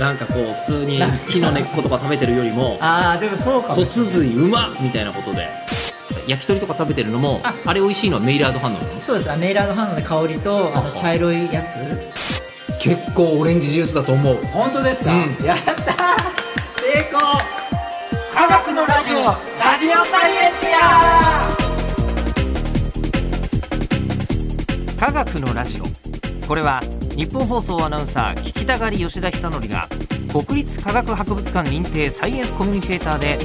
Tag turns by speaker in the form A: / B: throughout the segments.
A: なんかこう普通に木の根っことか食べてるよりも
B: ああでもそうかも
A: 骨髄うまっみたいなことで焼き鳥とか食べてるのもあ
B: あ
A: れ美味しいのはメイラード反応なの
B: そうですあメイラードハンドの香りとあの茶色いやつ
C: 結構オレンジジュースだと思う
B: 本当ですか、
C: う
B: やったー成功科学のラジオラジオサイエンティア
A: 科学のラジオこれは日本放送アナウンサー聞きたがり吉田久典が国立科学博物館認定サイエンスコミュニケーターで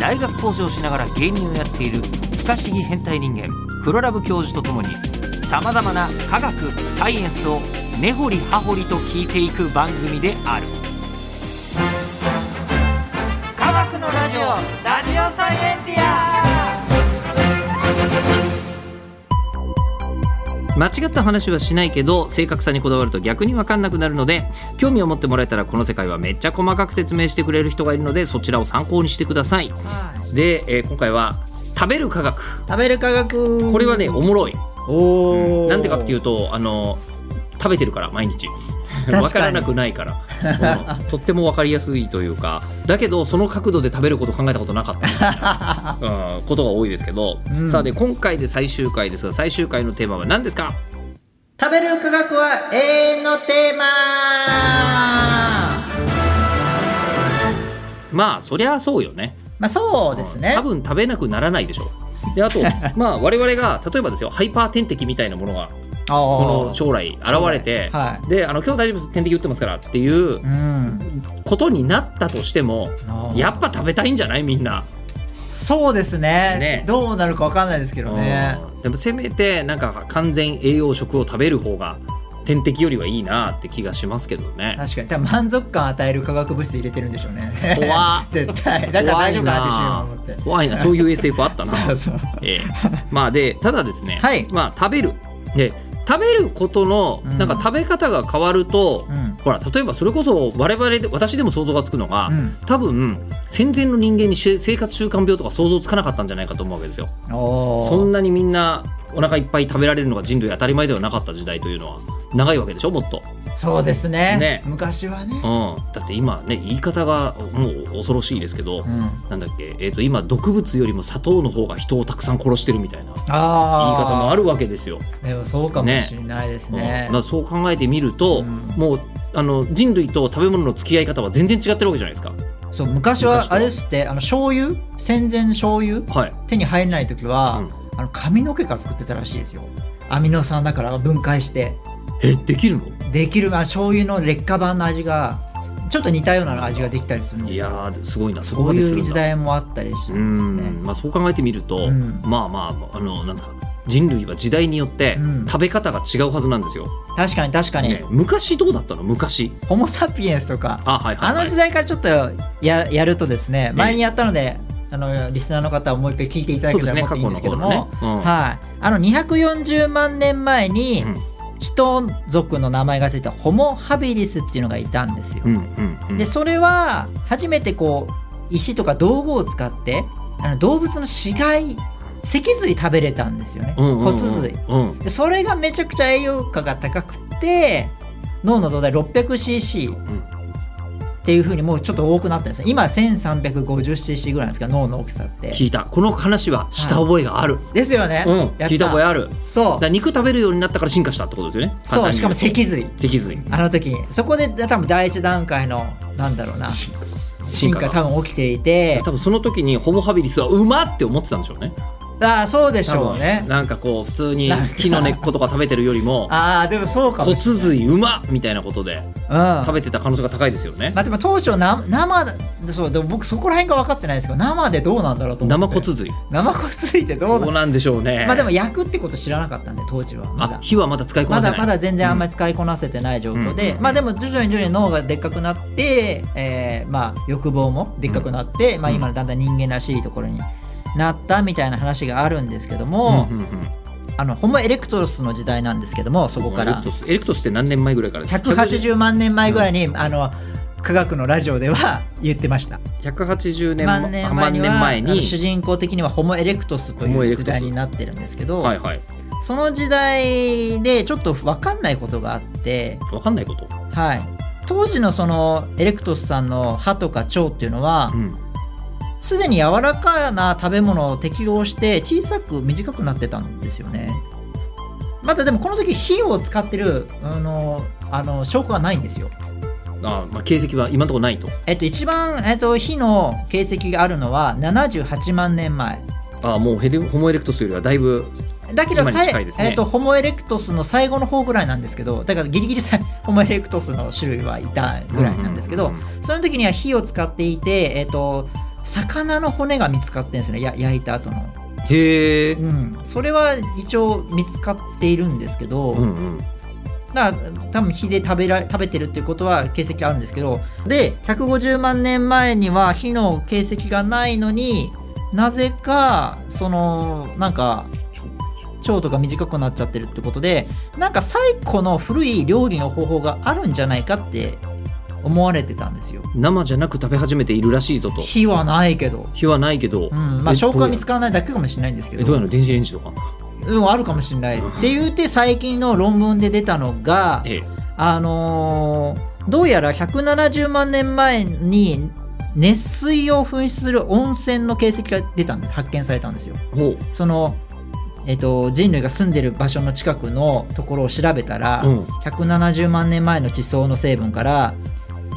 A: 大学講師をしながら芸人をやっている不可思議変態人間黒ラブ教授とともにさまざまな科学サイエンスを根掘り葉掘りと聞いていく番組である
B: 科学のラジオラジオサイエンティア
A: 間違った話はしないけど正確さにこだわると逆に分かんなくなるので興味を持ってもらえたらこの世界はめっちゃ細かく説明してくれる人がいるのでそちらを参考にしてください。
B: はい
A: で、えー今回は食べる科学
B: 食べる科学
A: これはねおもろい
B: おお
A: なんでかっていううとあの食べてるから毎日
B: か
A: わ
B: に
A: からなくないから、うんとってもわかりやすいというかだけどその角度で食べること考えたことなかったみたい な、うん、ことが多いですけど、
B: うん
A: さあで今回で最終回ですが最終回のテーマは何ですか
B: 食べる科学は永遠のテーマ
A: まあそりゃそうよね
B: まあそうですね
A: 多分食べなくならないでしょうで あとまあ我々が例えばですよハイパー天敵みたいなものがこ
B: こ
A: の将来現れて、
B: は
A: であの今日大丈夫です点滴打ってますからっていう
B: い、うん
A: ことになったとしてもやっぱ食べたいんじゃないみんな、
B: そうですね
A: ね
B: どうなるかわかんないですけどね
A: うんでもせめてなんか完全栄養食を食べる方が点滴よりはいいなって気がしますけどね
B: 確かに多分満足感与える化学物質入れてるんでしょうね
A: 怖っ
B: 絶対だから大丈夫かなって一瞬今思って
A: 怖いなそういう SF あったな
B: そうそう
A: ええまあでただですね、
B: はい
A: まあ食べるで食べることの
B: うん
A: なんか食べ方が変わると、
B: うん
A: ほら例えばそれこそ我々で私でも想像がつくのが、
B: うん
A: 多分戦前の人間にし生活習慣病とか想像つかなかったんじゃないかと思うわけですよ
B: おー
A: そんなにみんなお腹いっぱい食べられるのが人類当たり前ではなかった時代というのは長いわけでしょもっと、
B: そうですね
A: ね
B: 昔はね、
A: うん、だって今ね言い方がもう恐ろしいですけど、
B: うん
A: なんだっけ、えー、と今毒物よりも砂糖の方が人をたくさん殺してるみたいな言い
B: ああ
A: 方もあるわけですよ、
B: でもそうかもしれないです
A: うん
B: ね
A: まあ、そう考えてみると、
B: うん
A: もうあの人類と食べ物の付き合い方は全然違ってるわけじゃないですか
B: そう昔
A: 昔
B: は
A: は
B: あれですってあの醤油戦前醤油
A: はい、
B: 手に入らない時
A: う
B: は、
A: ん
B: あの髪の毛から作ってたらしいですよアミノ酸だから分解して
A: えできるの
B: できるあ醤油の劣化版の味がちょっと似たような味ができたりするんで
A: い
B: す
A: や
B: よ
A: ーすごいなそこ
B: そ
A: ま
B: う
A: です
B: い
A: る
B: うん時
A: だ
B: 代もあったりし
A: う
B: た
A: ー
B: んですよ
A: ん、
B: ね
A: まあ、そう考えてみると、
B: うん
A: まあまああのなんですか人類は時代によって
B: うん
A: 食べ方が違うはずなんですよ、
B: 確かに確かに、
A: ね昔どうだったの昔
B: ホモ・サピエンスとか
A: あはいは
B: あ
A: い、は
B: の
A: い
B: 時代からちょっとややるとですね前にやったのであのリスナーの方はもう一回聞いていただ
A: そ
B: け
A: うで
B: た
A: す
B: ら
A: ね
B: もっと
A: 過
B: い
A: 去
B: いん
A: の
B: ですけど
A: 頃のね、
B: も、
A: うん
B: はい、あの240万年前に
A: うん
B: 人族の名前がついたホモ・ハビリスっていうのがいたんですよ
A: う。んうんうん
B: でそれは初めてこう石とか道具を使ってあの動物の死骸脊髄食べれたんですよね
A: うんうんうん
B: 骨髄。
A: うん
B: でそれがめちゃくちゃ栄養価が高くて脳の増大 600cc っていうふうにもうちょっと多くなったんですね今 1350cc ぐらいなんですか脳の大きさって
A: 聞いたこの話はした覚えがある、
B: ですよね、
A: うん
B: やった
A: 聞いた覚えある
B: そ
A: だか
B: う
A: ら肉食べるようになったから進化したってことですよね
B: そうしかも脊髄
A: 脊髄
B: あの時にそこで多分第一段階のなんだろうな
A: 進
B: 進化
A: 進化
B: が多分起きていて
A: 多分その時にホモ・ハビリスは馬って思ってたんでしょうね
B: ああそうでし
A: 多
B: ょう
A: 分
B: ね
A: なんかこう普通に
B: なんか
A: 木の根っことか食べてるよりも
B: ああでもそうか
A: 骨
B: もしれない
A: 髄馬みたいなことで
B: うん
A: 食べてた可能性が高いですよね
B: まあでも当初な生だそうでも僕そこら辺が分かってないですけど生でどうなんだろうと思
A: 生
B: って
A: 骨髄
B: 生骨髄ってど
A: ど
B: うな
A: うんなんでしょうね
B: まあでも焼くってこと知らなかったんで当時はま
A: あ
B: だ
A: 火はまだ使いこ
B: ま
A: なせ
B: だ
A: ない
B: まだ全然あんまり使いこなせてない状況
A: うんう
B: で、
A: んうん
B: まあでも徐々に徐々に脳がでっかくなって、えーまあ欲望もでっかくなって、まあ今だんだん人間らしいところになったみたいな話があるんですけども、
A: うんうんうん
B: あのホモ・エレクトロスの時代なんですけどもそこか
A: エレ
B: ら
A: クトスエレクトスって何年前ぐらいから
B: 180万年前ぐらいに、あの科学のラジオでは言ってました。
A: 180年
B: 万年前に
A: 万
B: は
A: 年前
B: あの
A: に
B: 主人公的にはホモ・エレクトスと
A: ホモエ
B: い
A: レ
B: う
A: ク
B: 時
A: トス
B: 代になってるんですけど、
A: はいはい
B: その時代でちょっと分かんないことがあって、
A: 分かんないこと
B: はい、当時のそのエレクトスさんの歯とか腸っていうのは
A: うん
B: すでに柔らかな食べ物を適応して小さく短くなってたんですよねまだでもこの時火を使ってるあのあの証拠はないんですよ
A: あーまあ、形跡は今のところないと
B: えっと一番、えっと、火の形跡があるのは78万年前
A: あーもうヘレホモエレクトスよりはだいぶ
B: だけど、
A: 今に
B: さい
A: 近いですね
B: えっとホモ・エレクトスの最後の方ぐらいなんですけどだからギリギリさ ホモ・エレクトスの種類はいたぐらいなんですけど、
A: うんうんうん
B: その時には火を使っていて、えっと魚の骨が見つかってるんですよねや焼いた後の、
A: へえ
B: うん、それは一応見つかっているんですけど、
A: うんうん
B: だから多分火で食べら食べてるっていうことは形跡あるんですけどで150万年前には火の形跡がないのになぜかそのなんか腸とか短くなっちゃってるってことでなんか最古の古い料理の方法があるんじゃないかって思われてたんですよ
A: 生じゃなく食べ始めているらしいぞと
B: 火はないけど、
A: 火はないけど、
B: うんまあ、
A: え
B: 証拠は
A: どうや
B: 見つからないだけかもしれないんですけ
A: えどうや
B: ど
A: の電子レンジとか
B: うんあるかもしれないって言って最近の論文で出たのが
A: ええ
B: あのーどうやら170万年前に熱水を噴出する温泉の形跡が出たんです発見されたんですよ
A: ほう
B: その、えっと人類が住んでる場所の近くのところを調べたら、
A: うん
B: 170万年前の地層の成分から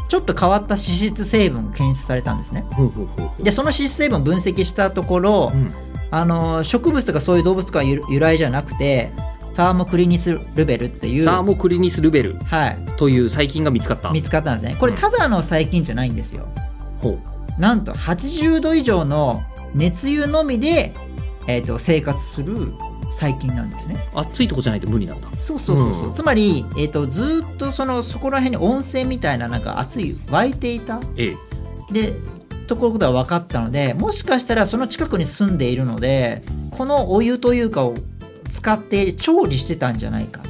B: ちょっと変わった脂質成分が検出されたんですね
A: ほうほうほうほう
B: でその脂質成分を分析したところ、
A: うん
B: あのー植物とかそういう動物とか由由来じゃなくてサーモクリニスルベルっていう
A: サーモクリニスルベル
B: はい、
A: という細菌が見つかった
B: 見つかったんですねこれ
A: うん
B: ただの細菌じゃないんですよ
A: ほう
B: なんと80度以上の熱湯のみで、えー、と生活する細菌なんですね
A: 暑いとこじゃないと無理なんだ
B: そうそうそうそう、
A: うん
B: つまり、えー、とずーっとそのそこら辺に温泉みたいななんか熱い湧いていた
A: ええ
B: でところことが分かったのでもしかしたらその近くに住んでいるのでこのお湯というかを使って調理してたんじゃないかと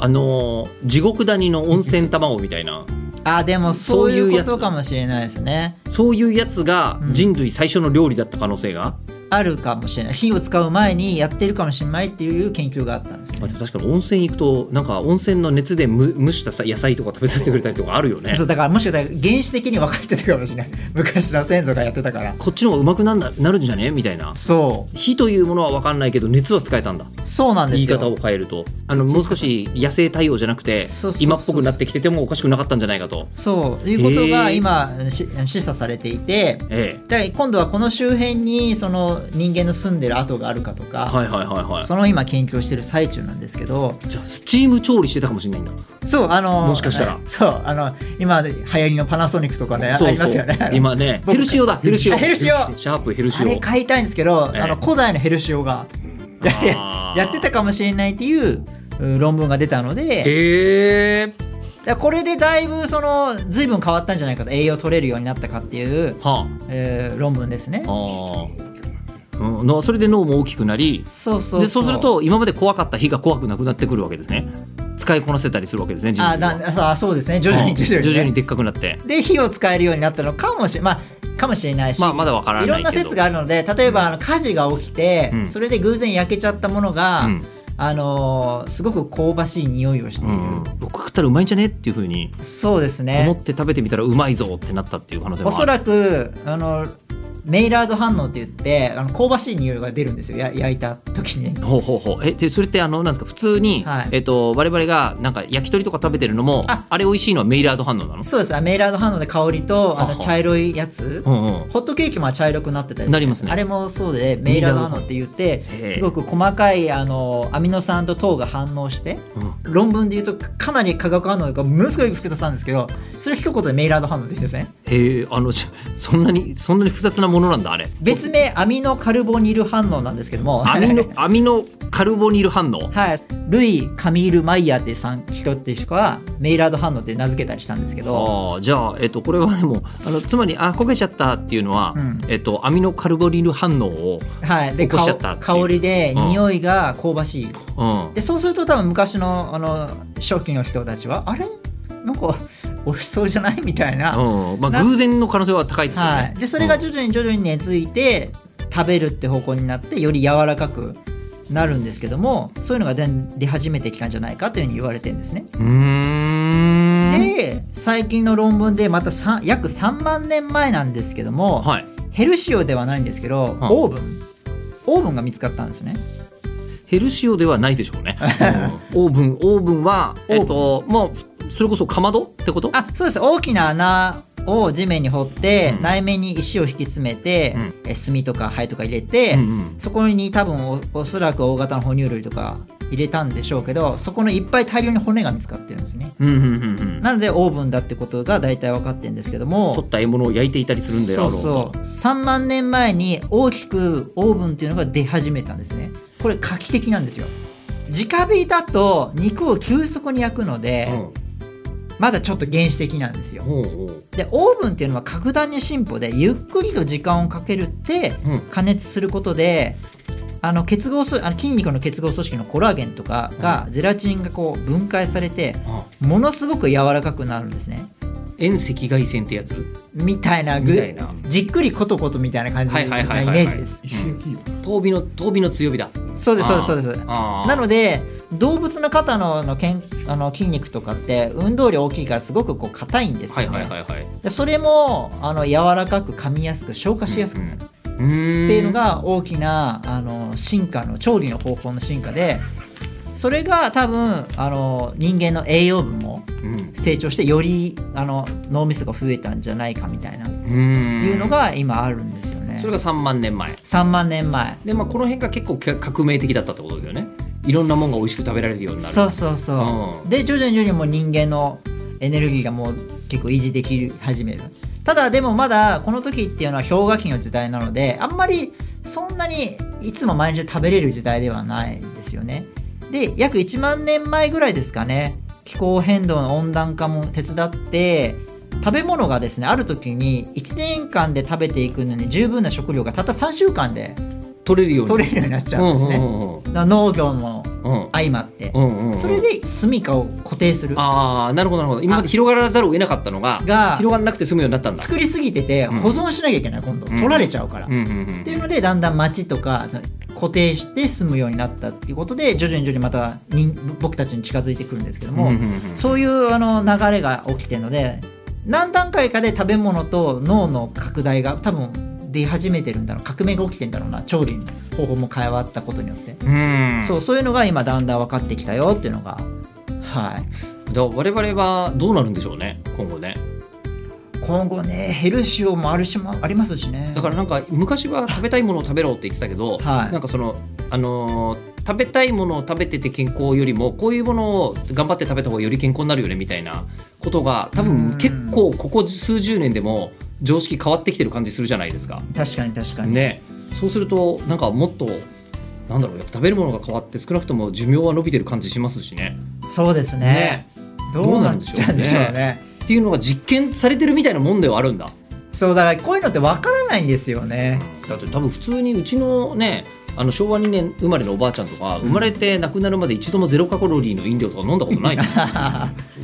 A: あのー地獄谷の温泉卵みたいな
B: あーでもそうい
A: そういう
B: う
A: や
B: こ
A: つ
B: とかもしれないですね
A: そういうやつが
B: うん
A: 人類最初の料理だった可能性が、
B: あるかもしれない火を使う前にやってるかもしれないっていう研究があったんです
A: まあ
B: ね
A: でも確かに温泉行くとなんか温泉の熱でむ蒸したさ野菜とか食べさせてくれたりとかあるよね
B: そうだからもしかしたら原始的に分かってたかもしれない 昔の先祖がやってたから
A: こっちの方がうまくなんだなるんじゃねみたいな
B: そ
A: 火というものは分かんないけど熱は使えたんだ
B: うそうなんで
A: 言い
B: すよ
A: 方を変えるとあのもう少し野生対応じゃなくて
B: そうそうそう
A: 今っぽくなってきててもおかしくなかったんじゃないかと
B: そういうことが
A: へー
B: 今し示唆されていて
A: ええ
B: だから今度はこの周辺にその人間の住んでる跡があるかとか、
A: はいはいはいはい
B: その今研究をしてる最中なんですけど
A: じゃあスチーム調理してたかもしれないんだ
B: そうあの
A: もしかしたら
B: はい そうあの今流行りのパナソニックとかねありますよね
A: 今ね
B: 僕
A: ヘルシオだヘルシオ
B: あヘルシオ
A: シャープヘルシ
B: あれ
A: オ
B: 買いたいんですけど、
A: ええ
B: あの古代のヘルシオがいやいや
A: あー
B: やってたかもしれないっていううん論文が出たので
A: へえ
B: だからこれでだいぶその随分変わったんじゃないかと栄養取れるようになったかっていう、
A: は
B: えー論文ですね
A: あ。あーうんのそれで脳も大きくなり
B: そうそうそう
A: でそうすると今まで怖かった火が怖くなくなってくるわけですね使いこなせたりするわけですね人類は
B: あだあそうですね徐々
A: うん
B: に徐々に,、ね、
A: でっかくなって
B: で火を使えるようになったのかもしれ,、まあ、かもしれないし、
A: まあまだわから
B: い
A: な
B: ろん
A: い
B: な
A: けど
B: 説があるので例えばあの火事が起きて、
A: うん
B: それで偶然焼けちゃったものが、
A: うん
B: あのーすごく香ばしい匂いをしている、
A: うんうん僕食ったらうまいんじゃねっていうふうに
B: そうです
A: 思っ
B: ね
A: て食べてみたらうまいぞってなったっていう可能性も
B: お
A: ある
B: そらくあのメイラード反応って言ってあの香ばしい匂いが出るんですよや焼いた時に。
A: ほうほうほうえでそれってあのなんですか普通に、
B: はい
A: えっと我々がなんか焼き鳥とか食べてるのもあ
B: あ
A: れ美味しいのはメイラード反応なの
B: そうですあメイラード反応で香りとあ
A: はは
B: の茶色いやつ
A: うんうん
B: ホットケーキも茶色くなってたり
A: なりますね
B: あれもそうでメイラード反応って言って
A: へえ
B: すごく細かいあのアミノ酸と糖が反応して
A: うん
B: 論文で言うとかなり化学反応がものすごい複雑なんですけどそれを一言でメイラード反応って言うんですね
A: へえあのちょそんなにそんなに複雑なものなんだあれ
B: 別名アミノカルボニル反応なんですけども
A: アミノアミノカルボニル反応
B: はい、ルイ・カミール・マイヤーってさん人っていう人はメイラード反応って名付けたりしたんですけど
A: ああじゃあ、えっと、これはでもあのつまりあ焦げちゃったっていうのは、
B: うん
A: えっと、アミノカルボニル反応を、
B: はい、で
A: 起こしちゃった
B: 香香りで
A: うん
B: 匂いが香ばしい、
A: うん、
B: でそうすると多分昔のあの初期の人たちはあれなんか美味しそうじゃないみたいな、
A: うんまあ、
B: な
A: 偶然の可能性は高いですよね。
B: はい、でそれが徐々に徐々に根付いて食べるって方向になってより柔らかくなるんですけどもそういうのが出出始めてきたんじゃないかというふうに言われてるんですね。
A: うんうーん
B: で最近の論文でまたさん約3万年前なんですけども、
A: はい
B: ヘルシオではないんですけど、
A: い
B: オーブンオーブンが見つかったんですね
A: ヘルシオではないでしょう ねうんオーブンオーブンはえっとまあそれこそかまどってこと
B: あそうです大きな穴を地面に掘って、
A: うん
B: 内面に石を引き詰めて、
A: うん
B: え炭とか灰とか入れて、
A: うんうん
B: そこに多分おおそらく大型の哺乳類とか入れたんでしょうけどそこのいっぱい大量に骨が見つかってるんですね
A: うんうんうんうん
B: なのでオーブンだってことが大体分かってるんですけども
A: 取った獲物を焼いていたりするんであ
B: そ
A: ろ
B: う
A: う
B: そう3万年前に大きくオーブンっていうのが出始めたんですねこれ画期的なんですよ直火だと肉を急速に焼くので、まだちょっと原始的なんですよ
A: うんうんうん
B: でオーブンっていうのは格段に進歩でゆっくりと時間をかけるって
A: うん
B: 加熱することであの結合組あの筋肉の結合組織のコラーゲンとかが、ゼラチンがこう分解されて
A: あ
B: ものすごく柔らかくなるんですね
A: 遠赤外線ってやつ
B: みたいなぐ
A: みたいな
B: じっくりコトコトみたいな感じな
A: はい
B: イ
A: はいはいはいはい
B: メージです
C: 石焼きよ
A: 遠火の遠火の強火だ
B: そうですそうです
A: あ
B: そ
A: ー
B: うですな
A: な
B: ので動物の肩ののけんあの筋肉とかって運動量大きいからすごくこう硬いんですよ
A: はい
B: ね、
A: はいはいはい
B: でそれもあの柔らかく噛みやすく消化しやすくなる、
A: うん
B: っ
A: うん
B: ていうのが大きなあの進化の調理の方法の進化でそれが多分あの人間の栄養分も
A: うん
B: 成長してよりあの脳みそが増えたんじゃないかみたいな、
A: うん
B: いうのが今あるんですよね
A: それが3万年前
B: 3万年前
A: でまあこの辺が結構け革命的だったってことだよねいろんなもんが美味しく食べられるようになる
B: そうそうそう、
A: うん
B: で徐々に徐々にもう人間のエネルギーがもう結構維持でき始めるただでもまだこの時っていうのは氷河期の時代なのであんまりそんなにいつも毎日食べれる時代ではないんですよねで約1万年前ぐらいですかね気候変動の温暖化も手伝って食べ物がですねある時に1年間で食べていくのに十分な食料がたった3週間で
A: 取れるように
B: 取れるようになっちゃうんですね、
A: うんうん
B: だから農業も
A: うん
B: 相まって
A: うんうんうんうん
B: それで住処を固定する
A: ああなるほどなるほど今まで広がらざるを得なかったのが
B: が
A: 広がらなくて済むようになったんだ
B: 作りすぎてて
A: うん
B: 保存しなきゃいけない今度
A: うん
B: 取られちゃうから、
A: うんうん
B: っていうのでだんだん町とかその固定して住むようになったっていうことで徐々に徐々にまたに僕たちに近づいてくるんですけど
A: うん
B: も、
A: うんうんうん
B: そういうあの流れが起きてるので何段階かで食べ物と脳の拡大が多分出始めてるんだろう革命が起きてんだろうな調理の方法も変わったことによって、
A: うん
B: そうそういうのが今だんだん分かってきたよっていうのがはい
A: じゃあ我々はどうなるんでしょうね今後ね
B: 今後ねヘルシオもあるしもありますしね
A: だからなんか昔は食べたいものを食べろって言ってたけど、
B: はい
A: なんかその、あのー食べたいものを食べてて健康よりもこういうものを頑張って食べた方がより健康になるよねみたいなことが多
B: うん
A: 分結構ここ数十年でも常識変わってきてる感じするじゃないですか。
B: 確かに確かに
A: ね、そうするとなんかもっとなんだろうやっぱ食べるものが変わって少なくとも寿命は伸びてる感じしますしね。
B: そうですね。ど
A: ど
B: う
A: う
B: な
A: な
B: っ
A: ん
B: ちゃうんでしょうね。
A: っていうのが実験されてるみたいなもんではあるんだ。
B: そうだからこういうのってわからないんですよね。
A: だって多分普通にうちのねあの昭和2年生まれのおばあちゃんとか生まれて亡くなるまで一度もゼロカロリーの飲料とか飲んだことない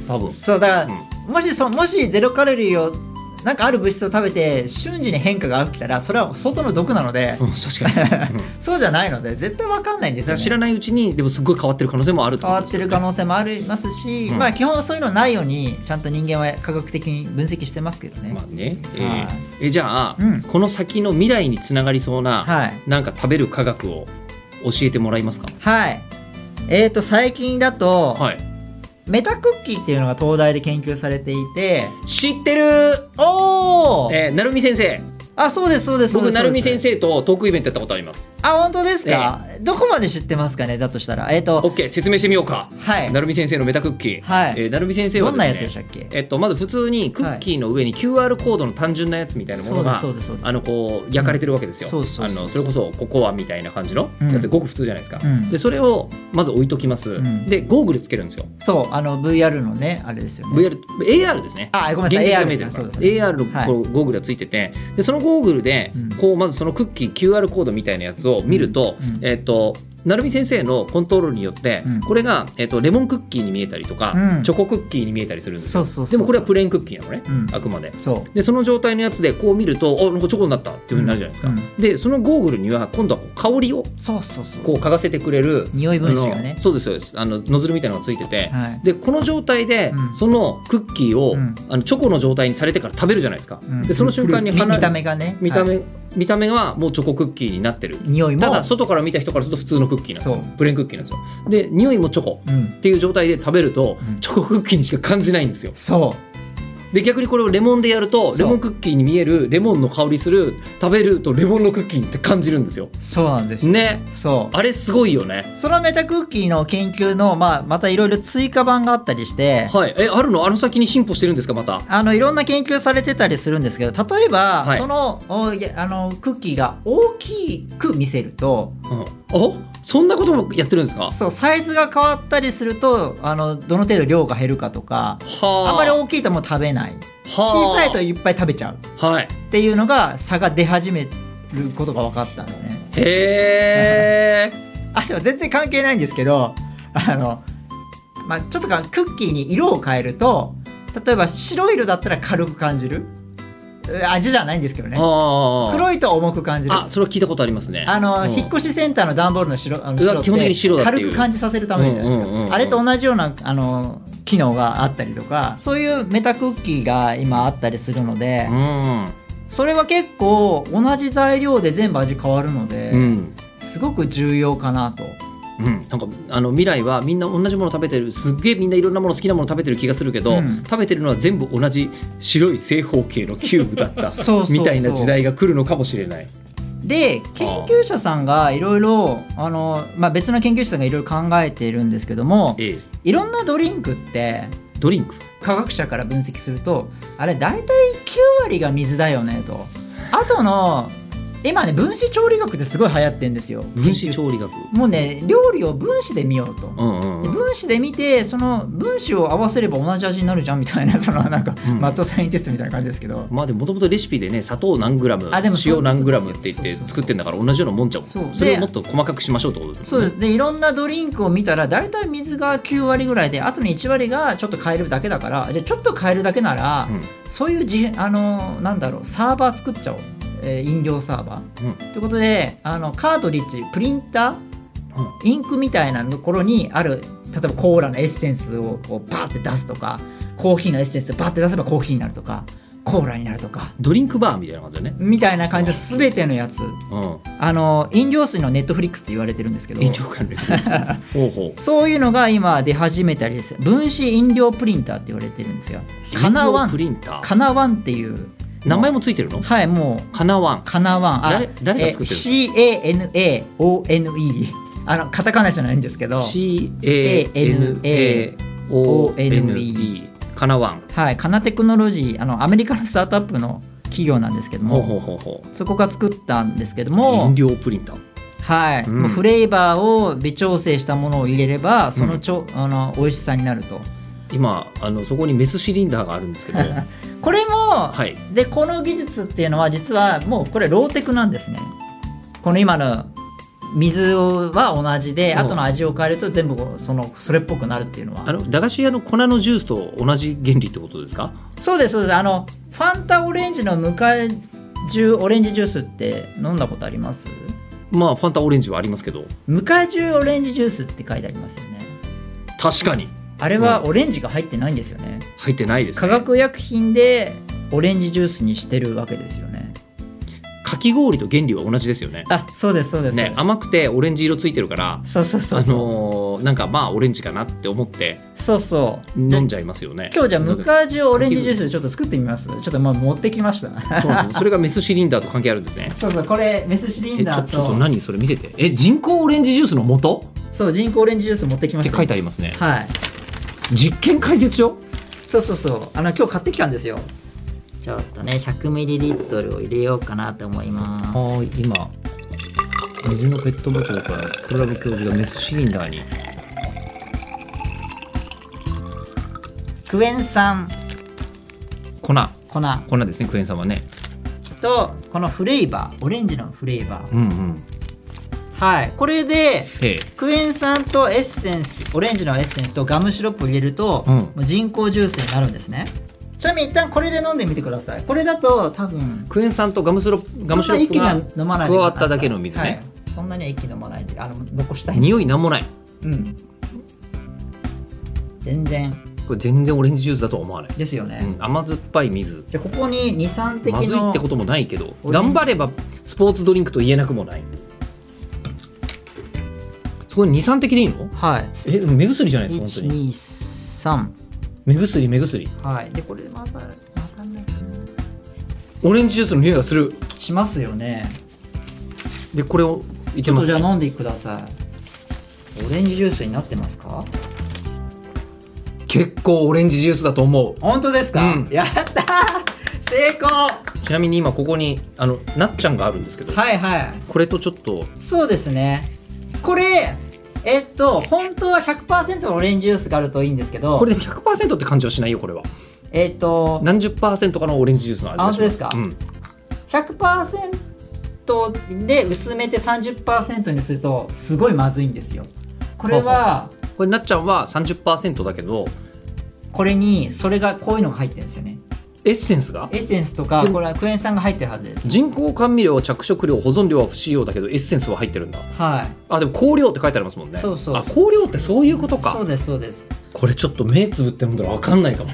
A: 多分、
B: そうだ
A: う
B: か
A: ん
B: ら、もしそもしゼロカロリーをなんかある物質を食べて瞬時に変化が起きたらそれは相当の毒なので、
A: うん 確かに、うん
B: そうじゃないので絶対わかんないんですよ、ね。
A: 知らないうちにでもすっごい変わってる可能性もある
B: 変わってる可
A: 能
B: 能性もありますし、
A: うん
B: まあ基本そういうのないようにちゃんと人間は科学的に分析してますけどね。
A: まあね、え
B: はい
A: ーえじゃあ、
B: うん
A: この先の未来につながりそうな、
B: はい
A: なんか食べる科学を教えてもらえますか
B: はい。えー、と最近だと、
A: はい
B: メタクッキーっていうのが東大で研究されていて
A: 知ってる
B: おお、
A: えー、なるみ先生
B: あそうですそうですそうで
A: 僕
B: す
A: なるみ先
B: そうで
A: 生とトークイベントやったことあります
B: すあ本当ですか、どこまで知ってますかねだとしたらえっ、と
A: OK 説明してみようか
B: はい
A: なるみ先生のメタクッキー、
B: はい
A: えーなるみ先生は
B: ど
A: ですね
B: んなやつでしたっけ
A: えっと、まず普通にクッキーの上に QR コードの単純なやつみたいなも
B: そ
A: の
B: うで
A: が、
B: すそうですそうです
A: あのこう焼かれてるわけですよ、
B: うんそうそうそう
A: あのそれこそココアみたいな感じのやつ、
B: うん
A: ごく普通じゃないですか、
B: うん
A: でそれをまず置いときます、
B: ん
A: でゴーグルつけるんですよ
B: そうあの VR のねあれですよね
A: VR AR ですね
B: あごめん
A: 現
B: なさい
A: 実が
B: AR
A: 見え
B: で
A: て
B: すね
A: るから
B: そうです
A: AR の
B: はい
A: こうゴーグルがついててでそのゴーグルで
B: うん
A: こうまずそのクッキー QR コードみたいなやつを見ると,、
B: うんうん
A: えっと成美先生のコントロールによって、
B: うん
A: これが、えっとレモンクッキーに見えたりとか、
B: うん
A: チョコクッキーに見えたりするんです
B: そ
A: よ
B: うそうそ
A: で
B: う
A: もこれはプレーンクッキーなのね、
B: うん
A: あくまで
B: そ
A: でその状態のやつでこう見るとおなんかチョコになったっていうふうになるじゃないですか、
B: うんう
A: でそのゴーグルには今度はこう香りを
B: うそうそうそう
A: こう嗅がせてくれる
B: 匂い分子が
A: あ
B: ね
A: のそうですそうですあのノズルみたいなのがついてて、
B: はい
A: でこの状態で、
B: うん
A: そのクッキーを、
B: うん
A: あのチョコの状態にされてから食べるじゃないですか、
B: うん
A: でその瞬間に
B: み
A: 鼻
B: 見た目がね
A: 見た
B: はい
A: 目見た目はもうチョコクッキーになってる
B: 匂いも
A: ただ外から見た人からすると普通のクッキーなんですよ
B: そ
A: プレーンクッキーなんですよで匂いもチョコ
B: うん
A: っていう状態で食べると、
B: うん
A: チョコクッキーにしか感じないんですよ
B: そ
A: で逆にこれをレモンでやると
B: そう
A: レモンクッキーに見えるレモンの香りする食べるとレモンのクッキーって感じるんですよ
B: うそうなんです
A: ね
B: そう
A: あれすごいよね
B: そのメタクッキーの研究の、まあ、またいろいろ追加版があったりして、
A: はいえあるのあの先に進歩してるんですかまた
B: あのいろんな研究されてたりするんですけど例えば、
A: はい
B: そのおいやあのクッキーが大きく見せると
A: うん、あそんなこともやってるんですか
B: そうサイズが変わったりするとあのどの程度量が減るかとか
A: は
B: あんまり大きいともう食べない小
A: 小
B: さいといっぱい食べちゃうっ
A: はい
B: ていうのが差が出始めることが分かったんですね。
A: へえ
B: あでも全然関係ないんですけどあの、まあ、ちょっとかクッキーに色を変えると例えば白色だったら軽く感じるう味じゃないんですけどね
A: ああ
B: 黒いと重く感じる
A: あそれは聞いたことありますね
B: あの、
A: うん
B: 引っ越しセンターの段ボールの白あの白って
A: 基本的に白だっていう
B: 軽く感じさせるためじゃないですか、
A: うんうんうんうん
B: あれと同じようなあの機能があったりとかそういうメタクッキーが今あったりするので、
A: うん
B: それは結構同じ材料で全部味変わるので、
A: うん
B: すごく重要かなと
A: うん、なんかあの未来はみんな同じもの食べてるすっげえみんないろんなもの好きなもの食べてる気がするけど、
B: うん
A: 食べてるのは全部同じ白い正方形のキューブだった
B: そうそうそう
A: みたいな時代が来るのかもしれない。
B: で研究者さんがいろいろあの、まあ、別の研究者さんがいろいろ考えているんですけども
A: ええ
B: いろんなドリンクって
A: ドリンク
B: 科学者から分析するとあれ大体9割が水だよねとあとの今ね分子調理学ってすごい流行ってんですよ
A: 分子調理学、
B: もうね料理を分子で見ようと、
A: うんうん
B: で
A: うん、
B: 分子で見てその分子を合わせれば同じ味になるじゃんみたいなそのなんか、
A: うん
B: マットサイエンティストみたいな感じですけど
A: まあでもともとレシピでね砂糖何グラム
B: あでも
A: 塩何グラムって言っ
B: そうそう
A: て
B: そうそう
A: 作ってんだから同じようなもんちゃう
B: そうで
A: それをもっと細かくしましょうってことです
B: そ
A: よ
B: うで
A: ね。
B: すでいろんなドリンクを見たら大体水が9割ぐらいであとの1割がちょっと変えるだけだからじゃあちょっと変えるだけなら、
A: うん
B: そういうじあのなんだろうサーバー作っちゃおう、えー飲料サーバー。
A: うん
B: ということであのカートリッジプリンター、インクみたいなところにある例えばコーラのエッセンスをこうバーって出すとかコーヒーのエッセンスをバーって出せばコーヒーになるとかコーラになるとか
A: ドリンクバーみたいな感じだね。
B: みたいな感じの全てのやつ
A: う
B: あの飲料水のネットフリックスって言われてるんですけど
A: ん。飲料管理。 ほうほう。
B: そういうのが今出始めたりです分子飲料プリンターって言われてるんですよカナワ
A: 飲料プ
B: ン
A: リンター。
B: カナワンっていう
A: 名前もついてるの？
B: はいもう
A: カナワン。
B: カナワンあ
A: 誰誰が作ってるの？
B: え ?CANAONE あのカタカナじゃないんですけど
A: C A N A O N E かなわん。
B: はいカナテクノロジーあのアメリカのスタートアップの企業なんですけど
A: ほう
B: も
A: ほうほうほ
B: そこが作ったんですけど
A: う。飲
B: も
A: 料プリンター。
B: はい、
A: うん
B: もうフレーバーを微調整したものを入れればそのちょ、あの美味しさになると
A: 今あのそこにメスシリンダーがあるんですけど、 は
B: これも、
A: い。
B: でこの技術っていうのは実はもうこれローテクなんですねこの今の水は同じで
A: うん
B: 後の味を変えると全部こうそのそれっぽくなるっていうの
A: あ
B: は
A: の駄菓子屋の粉のジュースと同じ原理ってことですか？
B: そうですそうですあのファンタオレンジの無果汁オレンジジュースって飲んだことあります
A: まあファンタオレンジはありますけど、
B: 無果汁オレンジジュースって書いてありますよね
A: 確かに
B: あれは
A: う
B: オレンジが入ってないんですよね
A: 入ってないです、ね。
B: 化学薬品でオレンジジュースにしてるわけですよね
A: かき氷と原理は同じですよね。
B: あそうですそうです、
A: ね甘くてオレンジ色ついてるから。
B: そうそうそう
A: あのーなんかまあオレンジかなって思って
B: そうそう
A: 飲んじゃいますよね。
B: 今日じゃあムカジュオレンジジュースちょっと作ってみますちょっとまあ持ってきました
A: そうなんですそれがメスシリンダーと関係あるんですね。
B: そうそうこれメスシリン
A: えちょ
B: ダー
A: ちょっと
B: と
A: 何それ見せてえ人工オレンジジュースの元
B: そう人工オレンジジュース持ってき
A: っ
B: ま
A: て
B: した
A: 書いてありますね
B: はい
A: 実験解説書
B: そうそうそうあの今日買ってきたんですよちょっとね 100ml を入れようかなと思いま
A: はーい今水のペットボトルからクラブ教授がメスシリンダーに
B: すクエン酸
A: 粉
B: 粉
A: 粉ですねクエン酸はね
B: とこのフレーバーオレンジのフレーバー
A: うんうん
B: はいこれで
D: ええ
B: クエン酸とエッセンスオレンジのエッセンスとガムシロップを入れると、
A: うん
B: もう人工ジュースになるんですねちなみに一旦これで飲んでみてくださいこれだと多分
A: クエン酸とガムシロップガムシロップ
B: そんな一
A: が
B: 気には飲まないでくさい
A: 加わっただけの水ね
B: はい、そんなには一気に飲まないであの残したい
A: 匂いなんもない
B: うん全然
A: これ全然オレンジジュースだとは思わない、
B: ですよね、
A: うん甘酸っぱい水
B: じゃあここに二酸的
A: まずい
B: の
A: ってこともないけど
B: オレン
A: 頑
B: ジ
A: 張ればスポーツドリンクと言えなくもないそこに二酸的でいいの
B: はい
A: えでも目薬じゃないですか本当に
B: 123
A: 目薬目薬
B: はいでこれで混ざる混ざんないかな
A: オレンジジュースの匂いがする
B: しますよね
A: でこれをい
B: ち
A: け
B: ょっ
A: ます
B: とじゃあ
A: か
B: 飲んでくださいオレンジジュースになってますか
E: 結構オレンジジュースだと思う
B: 本当ですか、
A: うん
B: やったー成功
A: ちなみに今ここにあのなっちゃんがあるんですけど、
B: はいはい
A: これとちょっと
B: そうですねこれえっと本当は100%のオレンジジュースがあるといいんですけど
A: これでも100%って感じはしないよこれは
B: えっと
A: 何十パーセントかのオレンジジュースの味がしますう
B: あ本
A: ん、
B: 100%で薄めて30%にするとすごいまずいんですよこれは
A: これなっちゃんは30%だけど
B: これにそれがこういうのが入ってるんですよね
A: エッセンスが
B: エッセンスとか
A: でも
B: これはクエン酸が入ってるはずです
A: 人工甘味料着色料保存料は不使用だけどエッセンスは入ってるんだ
B: はい
A: あでも香料って書いてありますもんね
B: そうそう
A: あ香料ってそういうこと
B: そ
A: か
B: うですそうです
A: これちょっと目つぶって飲んだら分かんないか も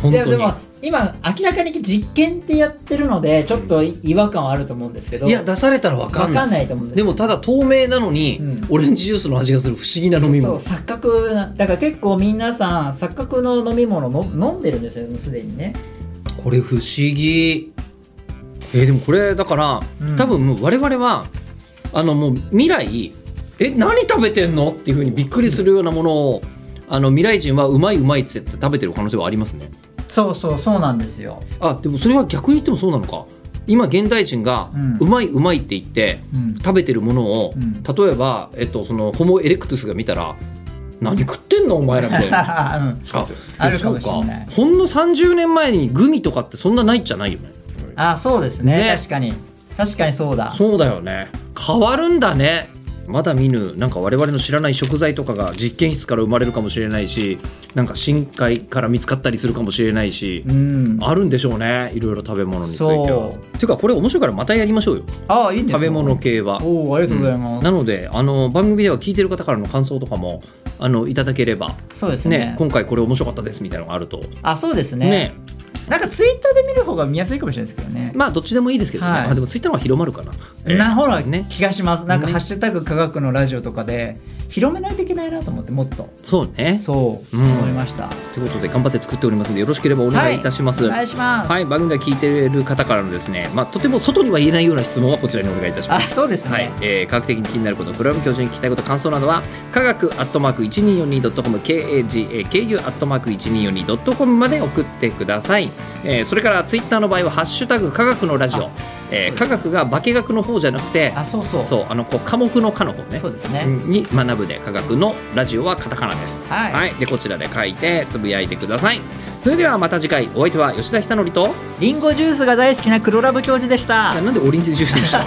A: 本
B: い
A: 当
B: や
A: に
B: でも今明らかに実験ってやってるのでちょっと違和感はあると思うんですけど
A: いや出されたら分かん
B: 分
A: な
B: か
A: い
B: んないと思うんです
A: でもただ透明なのに、
B: うん
A: オレンジジュースの味がする不思議な飲み
B: そう
A: 物
B: そう錯覚なだから結構皆さん錯覚の飲み物も飲んでるんですよもうすでにね
A: これ不思議えーでもこれだから、
B: うん
A: 多分もう我々はあのもう未来え何食べてんのっていうふうにびっくりするようなものをあの未来人はうまいうまいっつって食べてる可能性はありますね
B: そうそうそうなんですよ
A: あでもそれは逆に言ってもそうなのか今現代人が
B: うん
A: うまいうまいって言って
B: うん
A: 食べてるものを、
B: うん
A: 例えば、えっと、そのホモ・エレクトゥスが見たら何食ってんのお前らみたいなあ
B: あるかもしれな
A: そう
B: い
A: かほんの30年前にグミとかってそんなないじゃないよね
B: あそうですね
A: ね
B: 確かに確かにそうだ
A: そうだよね変わるんだねまだ見ぬなんか我々の知らない食材とかが実験室から生まれるかもしれないしなんか深海から見つかったりするかもしれないし、
B: うん
A: あるんでしょうねいろいろ食べ物について
B: そ
A: は
B: う
A: ていうかこれ面白いからまたやりましょうよ
B: あいいん
A: 食
B: ですか
A: べ物系は
B: おおありがとうございます、
A: なのであの番組では聞いてる方からの感想とかもあのいただければ、
B: そうですね
A: ね、今回これ面白かったですみたいなのがあると
B: あそうですね
A: ね
B: なんかツイッターで見る方が見やすいかもしれないですけどね、
A: まあどっちでもいいですけどね、
B: はい
A: あでもツイッターの方が広まるかな、ええ
B: なほら、
A: ね
B: 気がしますなんか「
A: ね
B: ハッシュタグ科学のラジオ」とかで広めないといけないなと思ってもっと
A: そうね
B: そう、
A: うん
B: 思いました
A: ということで頑張って作っておりますのでよろしければお願いいたします。
B: お
A: はい
B: 願いします、
A: 番組が聞いている方からのですね、まあ、とても外には言えないような質問はこちらにお願いいたしま
B: あ
A: す。
B: そうですね、
A: はい、えー科学的に気になること、プラム教授に聞きたいこと、感想などは、科学アットマーク一二四二ドットコム、K. A. G. A. K. U. アットマーク一二四二ドットコムまで送ってください。えーそれから、ツイッターの場合は、ハッシュタグ科学のラジオえ
B: あ。そう
A: ー
B: です
A: 科学が化学の方じゃなくて、
B: あそうそう
A: そう、あの、こう科目の科の方ね。
B: そうですね、
A: に学ぶで、科学のラジオはカタカナです。
B: はい、
A: はい、でこちらで書いてつぶやいてくださいそれではまた次回お相手は吉田久典と
B: リンゴジュースが大好きな黒ラブ教授でした
A: なんでオレンジジュースにしたの